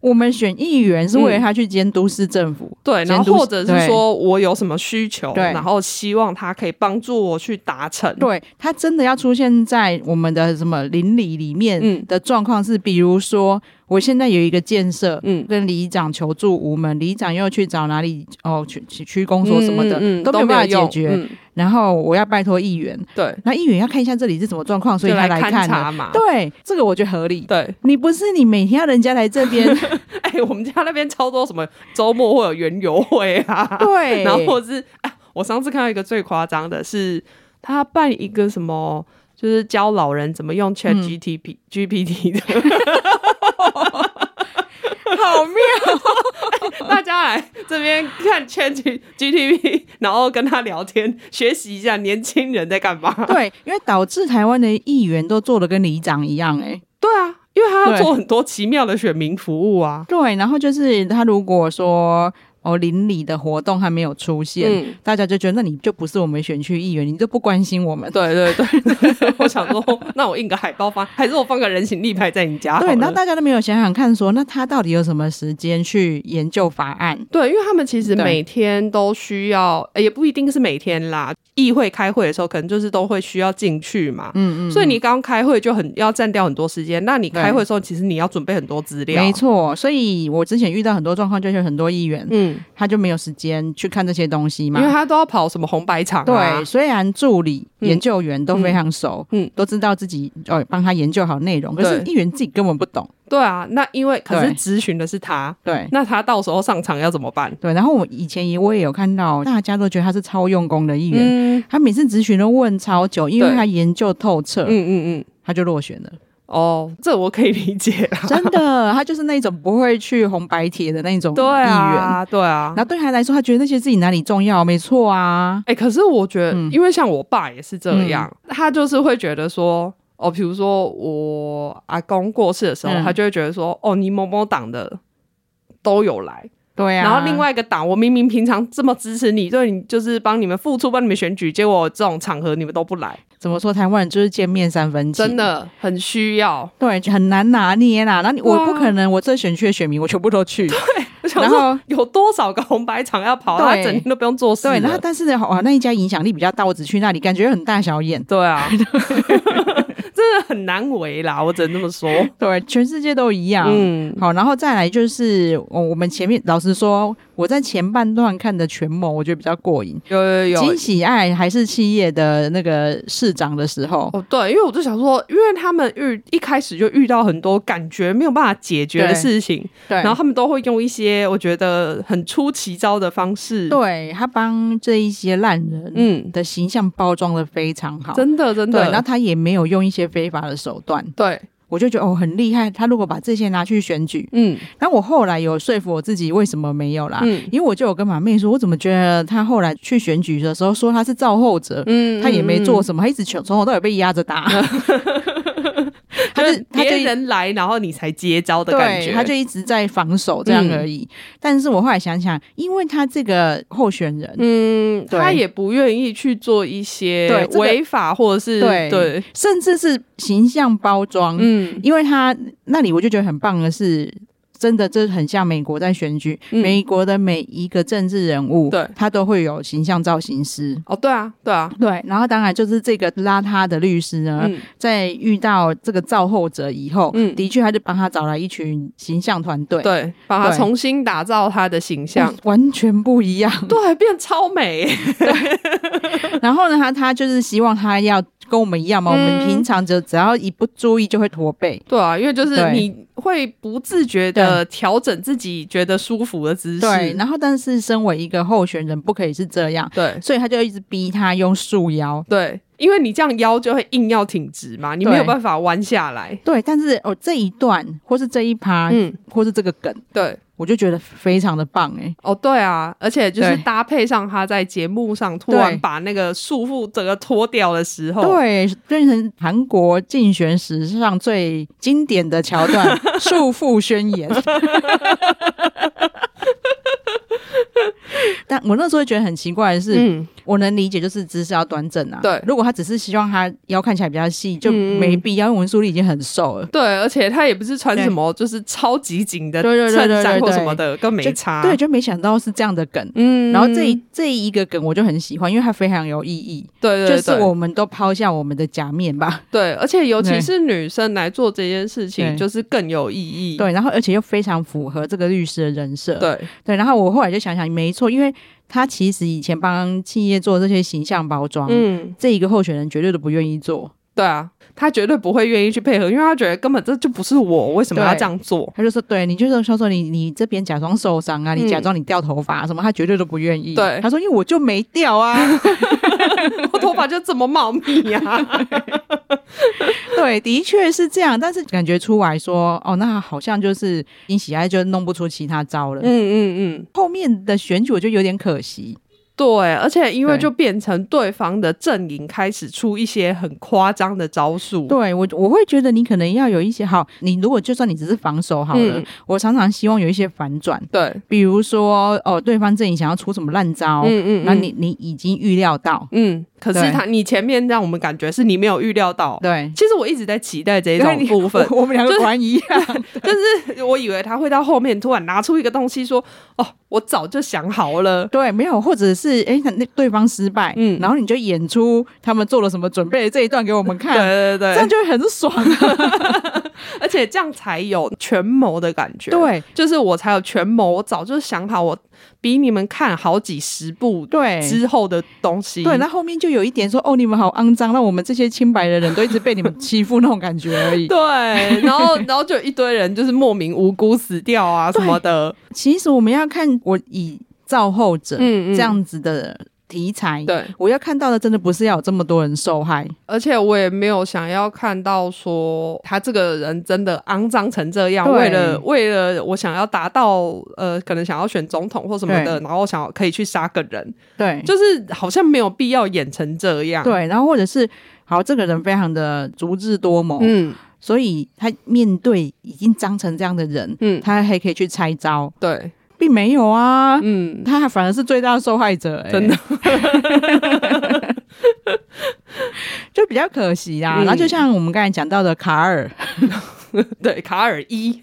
B: 我们选议员是
A: 嗯
B: 为了他去监督市政府，
A: 对，然
B: 监
A: 后
B: 督
A: 或者是说我有什么需求，
B: 对
A: 然后希望他可以帮助我去达成。
B: 对他真的要出现在我们的什么邻里里面
A: 嗯
B: 的状况是，比如说我现在有一个建设，
A: 嗯
B: 跟里长求助无门，里长又去找哪里哦区区区公所什么的、
A: 嗯嗯嗯
B: 都没有办法解决。
A: 都没有用嗯
B: 然后我要拜托议员，
A: 对，
B: 那议员要看一下这里是什么状况，所以
A: 就
B: 他
A: 来啊
B: 来看
A: 勘
B: 的。
A: 察嘛。
B: 对，这个我觉得合理。
A: 对，
B: 你不是你每天要人家来这 边，
A: 哎、我们家那边超多什么周末会有园游会啊，
B: 对，
A: 然后或是啊，我上次看到一个最夸张的是，他办一个什么，就是教老人怎么用 Chat G T P、GPT 的，
B: 好妙，
A: 大家来这边看 Chat G T P，然后跟他聊天，学习一下年轻人在干 嘛。
B: 对，因为导致台湾的议员都做的跟里长一样、欸，哎，
A: 对啊，因为他要
B: 对
A: 做很多奇妙的选民服务啊。
B: 对，然后就是他如果说哦邻里的活动还没有出现，
A: 嗯
B: 大家就觉得那你就不是我们选区议员，你就不关心我们。
A: 对对对，对我想说，那我印个海报放，还是我放个人形立牌在你家好
B: 对，
A: 了？
B: 那大家都没有想想看说那他到底有什么时间去研究法案？
A: 对，因为他们其实
B: 对
A: 每天都需要，呃也不一定是每天啦。议会开会的时候，可能就是都会需要进去嘛。
B: 嗯
A: 所以你刚开会就很要占掉很多时间，那你开会的时候，其实你要准备很多资料。
B: 没，错，所以我之前遇到很多状况，就是很多议员、
A: 嗯，
B: 他就没有时间去看这些东西
A: 因
B: 嘛
A: 为。他都要跑什么红白场啊
B: 对，，虽然助理、
A: 嗯
B: 研究员都非常熟，
A: 嗯嗯
B: 都知道自己哦帮他研究好内容，可是
A: 对
B: 议员自己根本不懂。
A: 对啊，那因为可是
B: 对
A: 咨询的是他，
B: 对，
A: 那他到时候上场要怎么办？
B: 对，然后我以前也我也有看到，大家都觉得他是超用功的议员，
A: 嗯
B: 他每次咨询都问超久，因为
A: 对
B: 他研究透彻，
A: 嗯嗯嗯，
B: 他就落选了。
A: 哦，这我可以理解啦。
B: 真的，他就是那种不会去红白帖的那种议
A: 对
B: 员。
A: 啊，对啊
B: 然。后对他来说，他觉得那些自己哪里重要，没错啊。
A: 哎、可是我觉得，
B: 嗯
A: 因为像我爸也是这样，他就是会觉得说，哦，比如说我阿公过世的时候，
B: 嗯
A: 他就会觉得说，哦，你某某党的都有来，
B: 对啊。
A: 然后另外一个党，我明明平常这么支持你，对你就是帮你们付出，帮你们选举，结果这种场合你们都不来，
B: 怎么说，台湾人就是见面三分情，
A: 真。的很需要。
B: 对，很难拿捏啦。那你
A: 对
B: 我
A: 啊
B: 不可能，我这选区的选民我全部都 去。
A: 我想
B: 然
A: 说
B: 后
A: 有多少个红白场要跑，他
B: 对
A: 整天都不用做事了。
B: 对，然后但是呢，哇，那一家影响力比较大，我只去那里，感觉很大小眼。
A: 对啊，真的很难为啦，我只能这么说。
B: 对，全世界都一样。
A: 嗯，
B: 好，然后再来就是，我、我们前面老实说，我在前半段看的权谋，我觉得比较过瘾。
A: 有有有，
B: 金喜爱还是企业的那个市长的时候，
A: 哦，对，因为我就想说，因为他们遇一开始就遇到很多感觉没有办法解决的
B: 对
A: 事情，
B: 对
A: 然
B: 然
A: 后
B: 后
A: 他们都会用一些我觉得很出奇招的方式。，
B: 对他帮这一些烂人
A: 嗯，
B: 的形象包装的非常好，
A: 真的真
B: 对，然后
A: 的，
B: 他也没有用一些非法的手段，
A: 对，
B: 我就觉得哦很厉害。他如果把这些拿去选举，
A: 嗯
B: 然后我后来有说服我自己为什么没有啦。
A: 嗯
B: 因为我就有跟马妹说，我怎么觉得他后来去选举的时候说他是造后者，
A: 嗯
B: 他也没做
A: 什
B: 什么，他一直从从头到尾被压着 打，
A: 么，
B: 他
A: 就
B: 就是他就
A: 别人来，然后你才接招的感
B: 对，
A: 觉。嗯
B: 他就嗯一直在防守这样而已。但是我后来想想，因为他这个候选人。
A: 嗯，
B: 对
A: 他也不愿意去做一些
B: 对这个
A: 违法或者是
B: 对
A: 对，
B: 甚至是形象包装，
A: 嗯
B: 因为他那里我就觉得很棒的是，真的这很像美国在选举，
A: 嗯
B: 美国的每一个政治人物，
A: 对
B: 他都会有形象造型师。
A: 哦，对啊，对啊，
B: 对，然后当然就是这个邋遢的律师呢，
A: 嗯
B: 在遇到这个造后者以后，
A: 嗯
B: 的确他就帮他找来一群形象团队，
A: 对，帮他
B: 对
A: 重新打造他的形象
B: 哇，，完全不一样。
A: 对，变超美。
B: 然后呢，他他就是希望他要跟我们一样嘛，
A: 嗯
B: 我们平常就只要一不注意就会驼背。
A: 对啊，因为就是
B: 对
A: 你会不自觉的调整自己觉得舒服的姿势。
B: 对，然后但是身为一个候选人，不可以是这样，
A: 对
B: 所以他就一直逼他用束腰。
A: 对因为你这样腰就会硬要挺直嘛，你没有
B: 对
A: 办法弯下来。
B: 对，但是哦，这一段或是这一趴，
A: 嗯，
B: 或是这个梗，
A: 对，
B: 我就觉得非常的棒哎、
A: 哦，对啊，而且就是
B: 对
A: 搭配上他在节目上突然
B: 对
A: 把那个束缚整个脱掉的时候，
B: 对，变成韩国竞选史上最经典的桥 段——束缚宣言。但我那时候会觉得很奇怪的是，
A: 嗯，
B: 我能理解，就是姿势要端正啊。
A: 对
B: 如果他只是希望他腰看起来比较细，就
A: 嗯
B: 没必要。因为文素丽已经很瘦了，
A: 对，而且他也不是穿什么就是超级紧的
B: 对对对对
A: 衬衫
B: 对对
A: 或
B: 对
A: 什么的，更没
B: 就
A: 差。
B: 对，，就没想到是这样的梗。
A: 啊嗯
B: 然后这一这一个梗我就很喜欢，因为它非常有意义。
A: 对对对，
B: 就
A: 嗯
B: 是我们都抛下我们的假面吧，
A: 对，而且尤其
B: 对
A: 是女生来做这件事情，
B: 对
A: 就是更有意义。
B: 对，然后而且又非常符合这个律师的人设，
A: 对
B: 对。然后我后来就想想，没错，因为他其实以前帮企业做这些形象包装，
A: 嗯，
B: 这一个候选人绝对都不愿意做，
A: 对啊，他绝对不会愿意去配合，因为他觉得根本这就不是我，为什么要
B: 对
A: 这样做？
B: 他就说：“对，你就是销售，你你这边假装受伤啊，
A: 嗯
B: 你假装你掉头发、什么，他绝对都不愿意。”
A: 对
B: 他说：“因为我就没掉啊。
A: 我头发就这么茂密呀、啊？”
B: 对，的确是这样，但是感觉出来说，哦，那好像就是你喜爱就弄不出其他招了。
A: 嗯嗯嗯，
B: 后面的选举我就有点可惜，
A: 对，而且因为
B: 对
A: 就变成对方的阵营开始出一些很夸张的招数。
B: 对我我会觉得你可能要有一些好，你如果就算你只是防守好了，
A: 嗯
B: 我常常希望有一些反转，
A: 对，
B: 比如说哦，对方阵营想要出什么烂招，
A: 嗯
B: 那、你你已经预料到，
A: 嗯，可是
B: 对
A: 他你前面让我们感觉是你没有预料到。
B: 对，
A: 其实我一直在期待这一
B: 因为
A: 种
B: 你
A: 部 分，
B: 我我们两个
A: 就是
B: 果然一样。
A: 啊我以为他会到后面突然拿出一个东西说：“哦，我早就想好了。
B: 对，没有，或者是哎，那那对方失败，
A: 嗯
B: 嗯，然后你就演出他们做了什么准备这一段给我们”看，
A: 对
B: 这
A: 对对
B: 样，就会很 爽。
A: 而且这样才有权谋的感觉。，
B: 对
A: 就是我才有权谋，我早就想好，我比你们看好几十部
B: 对
A: 之后的东西。
B: 哎对，那后面就有一点说哦，你们好肮脏，让我们这些清白的人都一直被你们欺负那种感觉而已。
A: 对，然后然后就一堆人就是莫名无辜死掉啊什么的。
B: 其实我们要看我以造后者
A: 嗯
B: 这样子的题材，
A: 对，
B: 我要看到的真的不是要有这么多人受害，
A: 而且我也没有想要看到说他这个人真的肮脏成这样，
B: 对
A: 为了为了我想要达到呃，可能想要选总统或什么的，然后想要可以去杀个人，
B: 对，
A: 就是好像没有必要演成这样。，
B: 对，然后或者是好，这个人非常的足智多谋，
A: 嗯，
B: 所以他面对已经脏成这样的人，
A: 嗯
B: 嗯，他还可以去拆招，
A: 对，
B: 并没有啊，
A: 嗯，
B: 他反而是最大的受害者、欸，
A: 真的，
B: 就比较可惜啦。
A: 嗯
B: 然后就像我们刚才讲到的卡尔，
A: 对，卡尔一，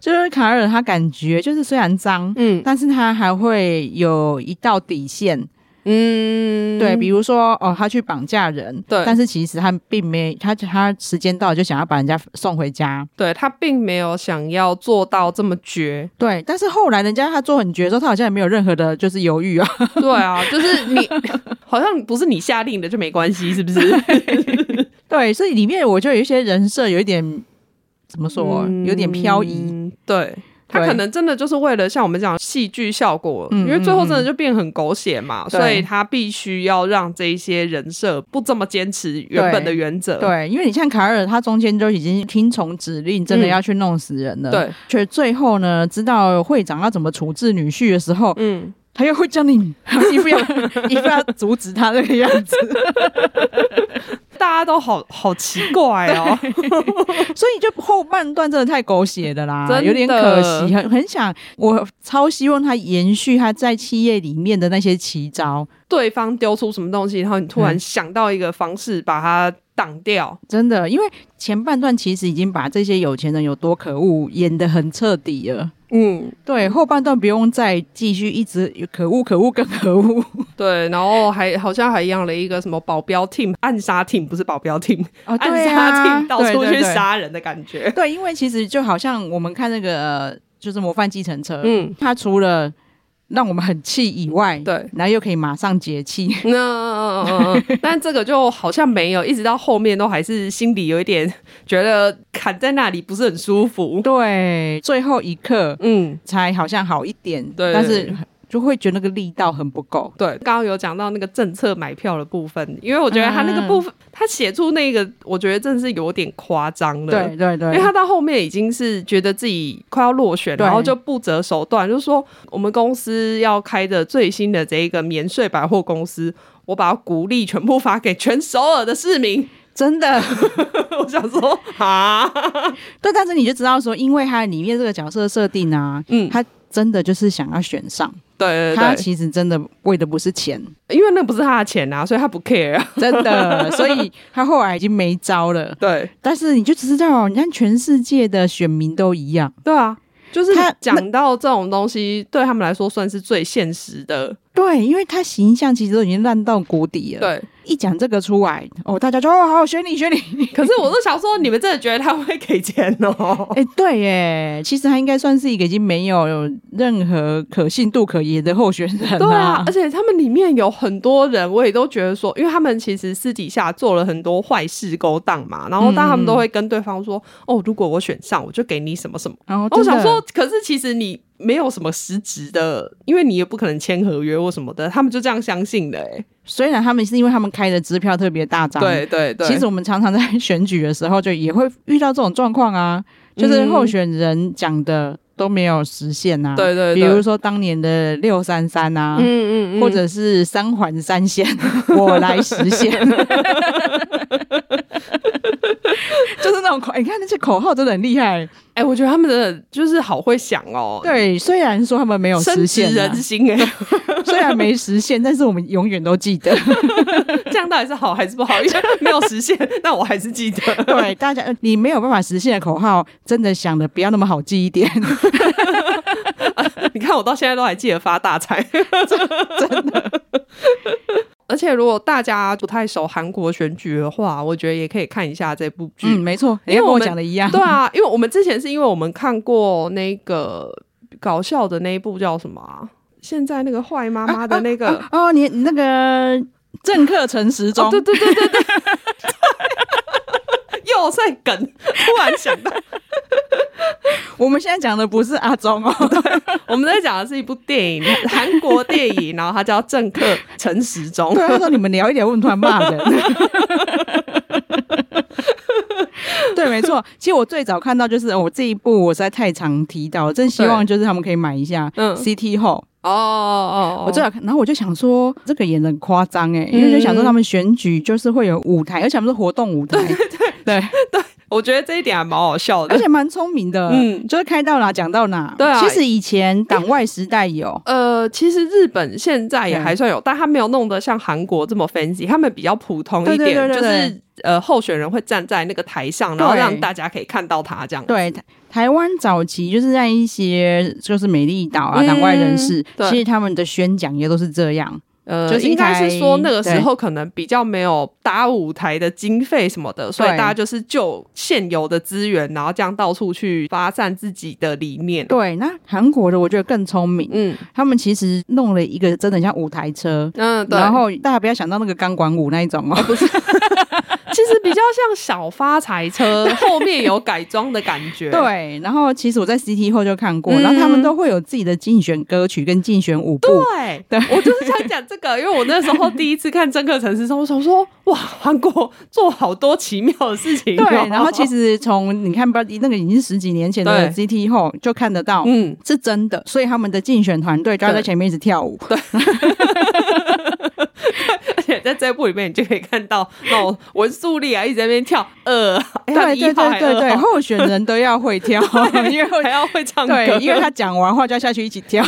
B: 就是卡尔他感觉就是虽然脏。
A: 嗯
B: 但是他还会有一道底线，
A: 嗯，
B: 对，比如说哦，他去绑架人，
A: 对
B: 但是其实他并没，他他时间到了就想要把人家送回家，
A: 对他并没有想要做到这么绝，
B: 对，但是后来人家他做很绝的时候，他好像也没有任何的就是犹豫啊，
A: 对啊，就是你好像不是你下令的就没关系，是不是？
B: 对，所以里面我就有一些人设有一点怎么说，啊有点漂移。
A: 嗯对。他
B: 对
A: 可能真的就是为了像我们讲戏剧效果，
B: 嗯
A: 因为最后真的就变很狗血嘛，
B: 嗯
A: 所以
B: 对
A: 他必须要让这一些人设不这么坚持原本的原则。
B: 对，因为你像卡尔，他中间就已经听从指令，真的
A: 嗯
B: 要去弄死人了。
A: 对，
B: 却最后呢，知道会长要怎么处置女婿的时候，
A: 嗯，
B: 他又会叫你 一副要一副要阻止他那个样子。
A: 大家都好好奇怪哦。
B: 所以就后半段真的太狗血的啦，
A: 真的
B: 有点可惜，很很想我超希望他延续他在企业里面的那些奇招，
A: 对方丢出什么东西，然后你突然
B: 嗯
A: 想到一个方式把它挡掉。
B: 真的，因为前半段其实已经把这些有钱人有多可恶演得很彻底了。
A: 嗯，
B: 对，后半段不用再继续一直可恶、可恶更可 恶。
A: 对，然后还好像还养了一个什么保镖 team、暗杀 team，不是保镖 team，、
B: 哦
A: 暗杀 team 到处去。杀人的感觉
B: 对对对。对，因为其实就好像我们看那个呃就是《模范计程车》，
A: 嗯，
B: 它除了让我们很气以外，
A: 对，
B: 然后又可以马上解 气。
A: 那、 嗯嗯嗯、但这个就好像没有，一直到后面都还是心里有一点觉得砍在那里不是很舒服。
B: 对，最后一刻
A: 嗯，
B: 才好像好一点，
A: 对
B: 但是就会觉得那个力道很不够。
A: 对，刚刚有讲到那个政策买票的部分，因为我觉得他那个部分，他写出那个，我觉得真的是有点夸张了。
B: 对对对，
A: 因为他到后面已经是觉得自己快要落选，
B: 对
A: 然后就不择手段，就说我们公司要开的最新的这一个免税百货公司，我把鼓励全部发给全首尔的市民。
B: 真的
A: 我想说啊，
B: 对，但是你就知道说，因为他里面这个角色设定啊，
A: 嗯
B: 嗯，他真的就是想要选上，
A: 对对
B: 他
A: 对，
B: 其实真的为的不是钱，
A: 因为那不是他的钱啊，所以他不 care 啊。
B: 真的，所以他后来已经没招了。
A: 对
B: 但是你就知道，你看全世界的选民都一样，
A: 对啊，就是
B: 他
A: 讲到这种东西，对他们来说算是最现实的。
B: 对，因为他形象其实都已经烂到谷底了。，
A: 对，
B: 一讲这个出来，哦，大家就哦，好选你 选你。
A: 可是我都想说，你们真的觉得他会给钱哦？
B: 哎、对耶，其实他应该算是一个已经没有任何可信度可言的候选人了。
A: 对啊，而且他们里面有很多人，我也都觉得说，因为他们其实私底下做了很多坏事勾当嘛，然后但他
B: 嗯
A: 们都会跟对方说，哦，如果我选上，我就给你什么什么。
B: 然后
A: 我想说，，可是其实你没有什么实质的，因为你也不可能签合约或什么的，他们就这样相信的、欸。
B: 虽然他们是因为他们开的支票特别大张，
A: 对对对，
B: 其实我们常常在 选举的时候，就也会遇到这种状况啊，就是
A: 嗯
B: 候选人讲的都没有实现啊。
A: 对对对
B: 比如说当年的六三三啊。
A: 嗯嗯嗯，
B: 或者是三环三线， 我来实现， 就是那种口，哎你看那些口号真的很厉害。
A: 哎、我觉得他们真的就是好会想哦，，
B: 对，虽然说他们没有
A: 深
B: 实
A: 植
B: 现啊、
A: 人心哎、
B: 虽然没实现，但是我们永远都记得。
A: 这样到底是好还是不好？因为没有实现，但我还是记得。
B: 对大家，你没有办法实现的口号，真的想的不要那么好记一点。
A: 你看，我到现在都还记得发大财， 真的。而且，如果大家不太熟韩国选举的话，我觉得也可以看一下这部剧。
B: 嗯，没 错，你
A: 因为
B: 跟
A: 我
B: 我
A: 们
B: 讲的一样。
A: 对啊，因为我们之前是因为我们看过那个搞笑的那一部叫什么啊？现在那个坏妈妈的那个，
B: 哦，你你那个政客陈时中，
A: 哦，对对对对 对，又在梗，突然想到，
B: 我们现在讲的不是阿中哦，
A: 我们在讲的是一部电影，韩国电影，然后它叫《政客陈时中》
B: 对，。他说你们聊一聊，为什么突然骂 人？对，没错。其实我最早看到就是哦我这一部，我实在太常提到了，真希望就是他们可以买一下。
A: 嗯
B: CT 后，
A: 哦哦哦，
B: 我最早看，然后我就想说，这个也很夸张哎，
A: 嗯
B: 因为就想说他们选举就是会有舞台，而且他们是活动舞台， 对，
A: 我觉得这一点还蛮好笑
B: 而
A: 的。
B: 且蛮聪明的，
A: 嗯
B: 嗯，就是开到哪讲到哪。
A: 对啊
B: 其实以前党外时代有，
A: 呃，其实日本现在也还
B: 嗯
A: 算有，但他没有弄得像韩国这么 fancy，他们比较普通一点，
B: 对对对对对
A: 就是呃，候选人会站在那个台上，然后
B: 对
A: 让大家可以看到他这样。
B: 对，台台湾早期就是在一些就是美丽岛啊，
A: 嗯
B: 党外人士，
A: 对
B: 其实他们的宣讲也都是这样。
A: 呃，
B: 就是一
A: 应该是说
B: 台
A: 那个时候可能比较没有搭舞台的经费什么的，所以
B: 对
A: 大家就是就现有的资源，然后这样到处去发散自己的理念。
B: 对，那韩国的我觉得更聪明，
A: 嗯
B: 他们其实弄了一个真的像舞台车，
A: 嗯，对。
B: 然后大家不要想到那个钢管舞那一种哦，不 是，
A: 其实比较像小发财车后面有改装的感 觉。
B: 对。然后其实我在 CT 后就看过，
A: 嗯
B: 然后他们都会有自己的竞选歌曲跟竞选舞步。
A: 对，
B: 对
A: 我就是想讲这个，因为我那时候第一次看《真客城市中》，我想说，哇，韩国做好多奇妙的事情、哦
B: 对，然后其，实从你看吧，那个已经十几年前的
A: 对
B: CT 后就看得到，
A: 嗯，
B: 是真的，所以他们的竞选团队就要在
A: 对
B: 前面一直跳舞。
A: 而且在这部里面，你就可以看到那种文素丽啊，一直在那边跳二，哎她
B: 对
A: 一
B: 对
A: 号
B: 对
A: 还
B: 对
A: 二
B: 对，
A: 号
B: 候选人都要会 跳，因为
A: 还要会唱歌，
B: 对，因为他讲完话就要下去一起 跳。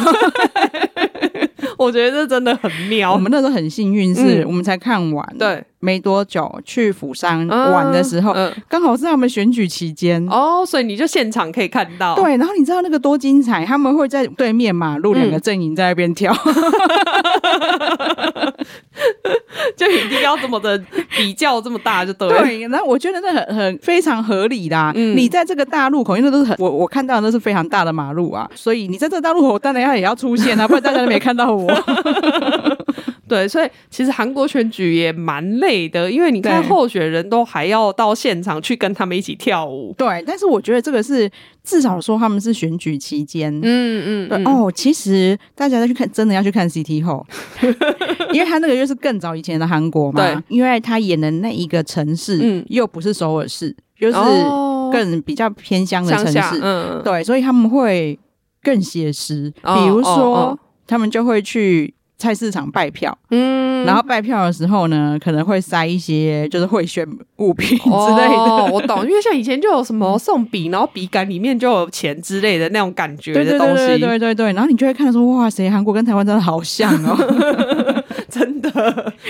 A: 我觉得这真的很妙。
B: 我们那时候很幸运，是
A: 嗯
B: 我们才看完，
A: 对
B: 没多久去釜山玩的时候，
A: 嗯
B: 刚好是他们选举期间。
A: 哦，所以你就现场可以看到，
B: 对，然后你知道那个多精彩？他们会在对面马路两
A: 嗯
B: 个阵营在那边跳，
A: 就一定要这么的比较这么大，就对 了。
B: 对。然后我觉得那很很非常合理啦。
A: 嗯
B: 你在这个大路口，因为那都是很我我看到的那是非常大的马路啊，所以你在这个大路口当然要也要出现啊，不然大家都没看到我。
A: 对，所以其实韩国选举也蛮累的，因为你看
B: 对
A: 候选人都还要到现场去跟他们一起跳舞。
B: 对，但是我觉得这个是至少说他们是选举期间。
A: 嗯
B: 对哦，其实大家再去看，真的要去看 CT 后， 因为他那个就是更早以前的韩国嘛。
A: 对，
B: 因为他演的那一个城市，
A: 嗯
B: 又不是首尔市，就是
A: 哦
B: 更比较偏乡的
A: 乡
B: 城
A: 下，
B: 市。
A: 嗯，
B: 对，所以他们会更写实，
A: 哦
B: 比如
A: 哦
B: 说、
A: 哦
B: 他们就会去菜市场拜票，
A: 嗯
B: 然后拜票的时候呢，可能会塞一些就是贿选物品 之类的。
A: 哦，我懂，因为像以前就有什么送笔，然后笔杆里面就有钱之类的那种感觉
B: 对对
A: 的东
B: 对
A: 西，
B: 对 对对对，然后你就会看说，哇塞，韩国跟台湾真的好像哦。
A: 真的，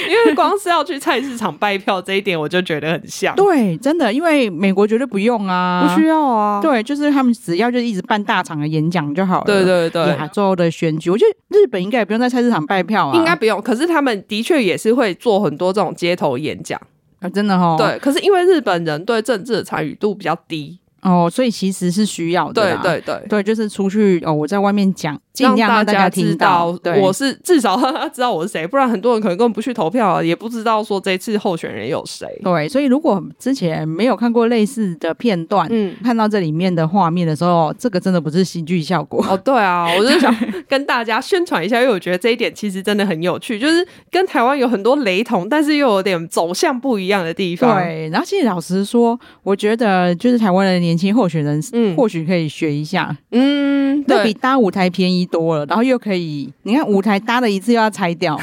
A: 因为光是要去菜市场拜票这一点，我就觉得很像，
B: 对，真的，因为美国绝对不用啊，
A: 不需要啊，
B: 对，就是他们只要就一直办大场的演讲就好了。
A: 对对对
B: 亚洲的选举，我觉得日本应该也不用在菜市场拜票啊，
A: 应该不用，可是他们的确也是会做很多这种街头演讲，
B: 啊真的哦。，
A: 对。可是因为日本人对政治的参与度比较低，
B: 哦，所以其实是需要的
A: 对
B: 啦。
A: 对对，
B: 对，就是出去哦，我在外面讲，尽
A: 让
B: 量让大
A: 家
B: 听
A: 知道
B: 对，
A: 我是 至少让他知道我是谁，不然很多人可能根本不去投票啊，也不知道说这次候选人有谁。
B: 对，所以如果之前没有看过类似的片段，
A: 嗯，
B: 看到这里面的画面的时候，这个真的不是戏剧效果。
A: 哦，对啊，我就 是想跟大家宣传一下，因为我觉得这一点其实真的很有趣，就是跟台湾有很多雷同，但是又有点走向不一样的地方。，
B: 对，然后其实老实说，我觉得就是台湾的年轻候选人，
A: 嗯
B: 或许可以学一下，
A: 嗯，
B: 那比
A: 对，
B: 搭舞台便宜多了，然后又可以，你看舞台搭了一次又要拆 掉，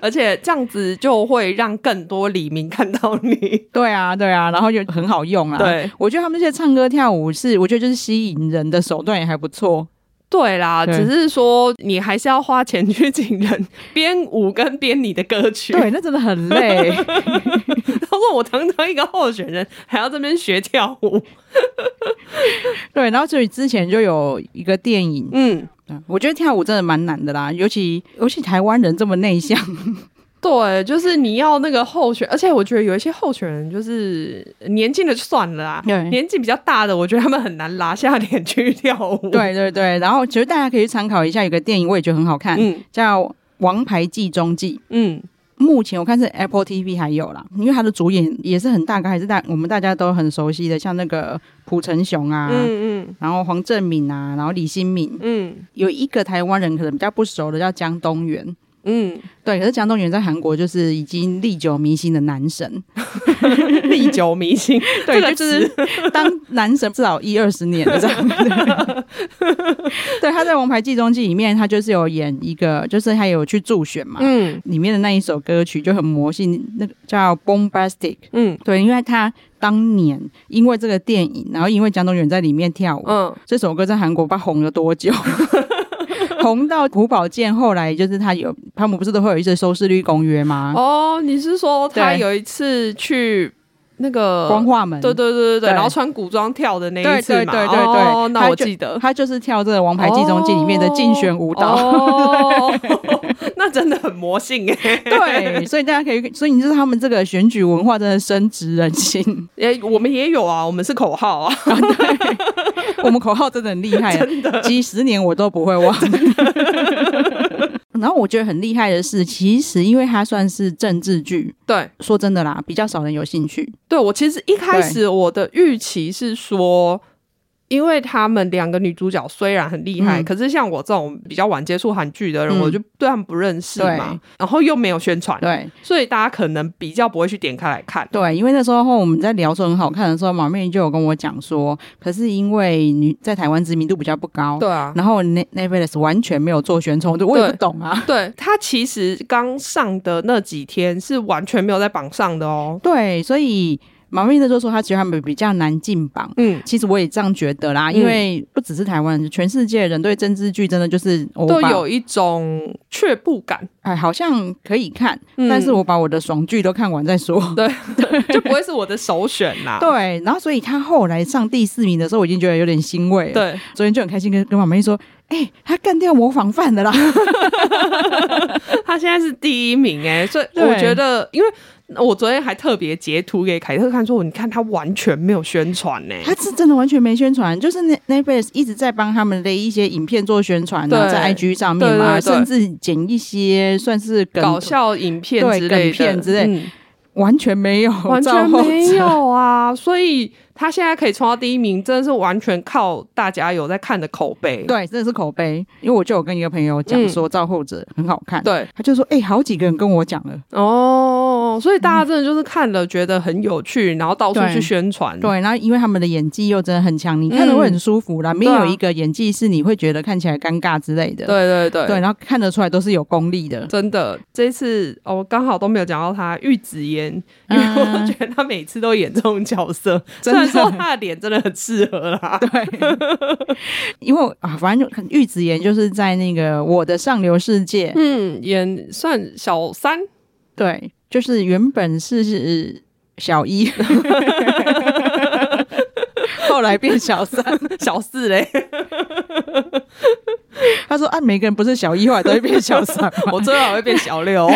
A: 而且这样子就会让更多李明看到你。
B: 对啊，对啊，然后又很好用啊。，
A: 对
B: 我觉得他们这些唱歌跳舞是，我觉得就是吸引人的手段也还不错。
A: 对啦，
B: 对
A: 只是说你还是要花钱去请人 编舞跟编你的歌曲。
B: 对，那真的很累。
A: 他说我堂堂一个候选人，还要这边学跳舞。
B: 对，然后所以之前就有一个电影，
A: 嗯，
B: 我觉得跳舞真的蛮难的啦，尤其尤其台湾人这么内 向，
A: 对，就是你要那个候选，而且我觉得有一些候选人就是年轻的就算了啦，
B: 对
A: 年纪比较大的，我觉得他们很难拉下脸去跳 舞。，
B: 对对对，然后其实大家可以去参考一下，有个电影我也觉得很好看，
A: 嗯
B: 叫《王牌计中计》。
A: 嗯，
B: 目前我看是 Apple TV 还有啦，因为他的主演也是很大咖，还是大我们大家都很熟悉的，像那个朴成雄啊，
A: 嗯
B: 然后黄正敏啊，然后李新敏，
A: 嗯
B: 有一个台湾人可能比较不熟的叫江东元，
A: 嗯
B: 对，可是江东元在韩国就是已经历久弥新的男神，
A: 嗯，历久弥新，
B: 对，
A: 这个
B: 就是
A: 词
B: 当男神至少一二十年了这样。对 对，他在《王牌计中计》里面，他就是有演一个，就是他有去助选嘛，
A: 嗯
B: 里面的那一首歌曲就很魔性，那个叫《Bombastic》。
A: 嗯
B: 对，因为他当年因为这个电影，然后因为江东元在里面跳舞，
A: 嗯，
B: 这首歌在韩国不知道红了多久。 红到朴宝剑，后来就是他有，他们不是都会有一些收视率公约吗？
A: 哦，你是说他
B: 对
A: 有一次去那个
B: 光？化门，
A: 对对对对
B: 对
A: 对，然后穿古装跳的那一
B: 对
A: 次
B: 对
A: 嘛，
B: 对对对
A: 哦，那
B: 他
A: 我
B: 就
A: 记得，
B: 他就是跳这个《王牌计中计》里面的竞选舞蹈。
A: 哦， 哦那真的很魔 性哎、
B: 对，所以大家可以，所以你就是他们这个选举文化真的深植人心。
A: 欸！我们也有啊，我们是口号啊，
B: 我们口号真的很厉害，真的，几十年我都不会 忘。然后我觉得很厉害的是，其实因为它算是政治剧，
A: 对。
B: 说真的啦，比较少人有兴趣。
A: 对我其实一开始我的预期是说，因为他们两个女主角虽然很厉害，
B: 嗯
A: 可是像我这种比较晚接触韩剧的人，
B: 嗯
A: 我就对他们不认识嘛
B: 对，
A: 然后又没有宣传，
B: 对
A: 所以大家可能比较不会去点开来看。
B: 对，因为那时候我们在聊说很好看的时候，毛妹就有跟我讲说，可是因为女在台湾知名度比较不高，
A: 对啊，
B: 然后 Net- Netflix 完全没有做宣传，我就我也不懂啊。
A: 对他其实刚上的那几天是完全没有在榜上的哦。
B: 对，所以毛妹那时候说，她觉得他们比较难进榜。
A: 嗯，
B: 其实我也这样觉得啦，
A: 嗯
B: 因为不只是台湾人，全世界人对政治剧真的就是我
A: 都
B: 把
A: 有一种却步感。
B: 哎，好像可以看，
A: 嗯
B: 但是我把我的爽剧都看完再说。
A: 就不会是我的首选啦。
B: 对，然后所以他后来上第四名的时候，我已经觉得有点欣慰了。，
A: 对，
B: 昨天就很开心跟跟妈妹说，哎、他干掉模仿犯的啦。
A: 他现在是第一名哎、所以
B: 对
A: 我觉得，因为我昨天还特别截图给凯特看，说你看他完全没有宣传欸呢、
B: 他是真的完全没宣传，就是那 n e t f l i 一直在帮他们的一些影片做宣传啊，
A: 对
B: 在 IG 上面嘛，
A: 对对对
B: 甚至剪一些算是梗
A: 搞，笑影片
B: 对
A: 之类的，
B: 梗片之类
A: 嗯
B: 完全没有，
A: 完全
B: 赵厚
A: 没
B: 哲。
A: 有啊！所以他现在可以冲到第一名，真的是完全靠大家有在看的口碑。
B: 对，真的是口碑，因为我就有跟一个朋友讲说赵厚者很好看，
A: 对
B: 他就说哎、好几个人跟我讲了，
A: 哦，哦，所以大家真的就是看了觉得很有趣，然后到处
B: 对
A: 去宣传。
B: 对，然后因为他们的演技又真的很强，你看的会很舒服啦，没
A: 对啊
B: 有一个演技是你会觉得看起来尴尬之类的。
A: 对对对
B: 对，然后看得出来都是有功力的。
A: 真的，这一次哦，我刚好都没有讲到他玉子妍，因为
B: 嗯
A: 我觉得他每次都演这种角色，虽
B: 真的
A: 然说他的脸真的很适合 啦。
B: 因为我啊，反正就玉子妍就是在那个《我的上流世界》
A: 嗯，演算小三，
B: 对，就是原本是小 一，后来变小三。
A: 小四嘞，
B: 他说啊，每个人不是小一，后来都会变小三嘛。
A: 我最好会变小 六。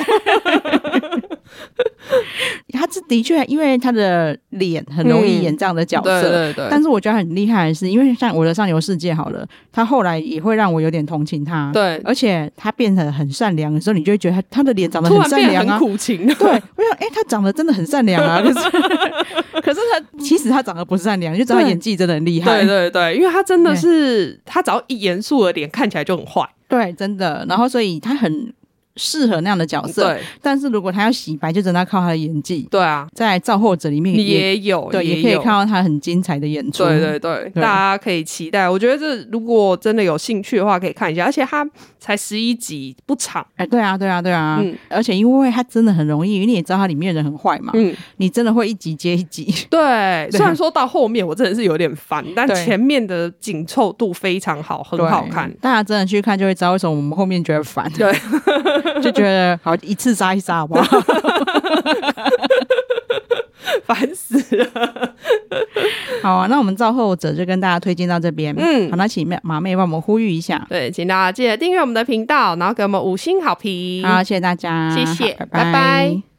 B: 他这的确，因为他的脸很容易
A: 嗯
B: 演这样的角色。
A: 对对对，
B: 但是我觉得很厉害的是，因为像我的上流世界好了，他后来也会让我有点同情他。，
A: 对，
B: 而且他变得很善良的时候，你就会觉得他他的脸长得
A: 突然
B: 善
A: 变
B: 良
A: 得
B: 啊
A: 很。苦情。
B: 对， 我想，哎、他长得真的很善良啊，可是可是他其实他长得不善良，就知道他
A: 对
B: 演技真的很厉害。
A: 对对对，因为他真的
B: 对
A: 是，他只要一严肃的脸看起来就很坏。
B: 对真的。然后所以他很适合那样的角色，
A: 对
B: 但哦是如果他要洗白，就真的要靠他的演技。
A: 对啊，
B: 在《造后者》里面
A: 你
B: 也
A: 也有，
B: 对，也
A: 也
B: 可以
A: 有
B: 看到他很精彩的演出。
A: 对对对，
B: 对
A: 大家可以期待。我觉得这如果真的有兴趣的话，可以看一下。而且它才十一集，不长。
B: 哎，对啊，对啊，对啊，
A: 嗯
B: 而且因为他真的很容易，因为你也知道他里面人很坏嘛，
A: 嗯，
B: 你真的会一集接一 集。
A: 对。
B: 对
A: 虽然说到后面我真的是有点烦，但
B: 对
A: 前面的紧凑度非常好，很好看
B: 对。大家真的去看就会知道为什么我们后面觉得烦，
A: 对，
B: 就觉得好一次杀一杀，好不好？
A: 烦死了。
B: 好啊，那我们造后者就跟大家推荐到这边。
A: 嗯
B: 好，那请妹马妹帮我们呼吁一下。
A: 对，请大家记得订阅我们的频道，然后给我们五星好评。
B: 好，谢谢大家，
A: 谢谢
B: 好拜
A: 拜拜